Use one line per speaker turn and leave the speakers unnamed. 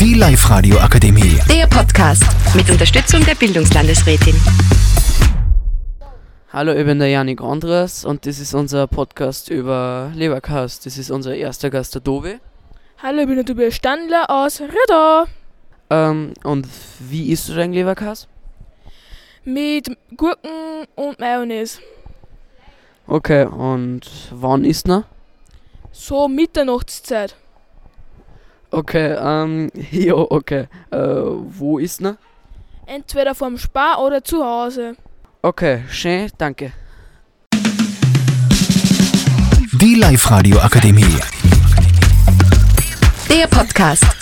Die Live-Radio Akademie.
Der Podcast mit Unterstützung der Bildungslandesrätin.
Hallo, ich bin der Janik Andras und das ist unser Podcast über Leberkast. Das ist unser erster Gast, der Dobe.
Hallo, ich bin der Tobias Standler aus Ritter.
Ähm, und wie isst du dein Leberkast?
Mit Gurken und Mayonnaise.
Okay, und wann isst er?
So Mitternachtszeit.
Okay, ähm, jo, okay. Äh, wo isst er?
Entweder vom Spar oder zu Hause.
Okay, schön, danke.
Die Live-Radio Akademie.
Der Podcast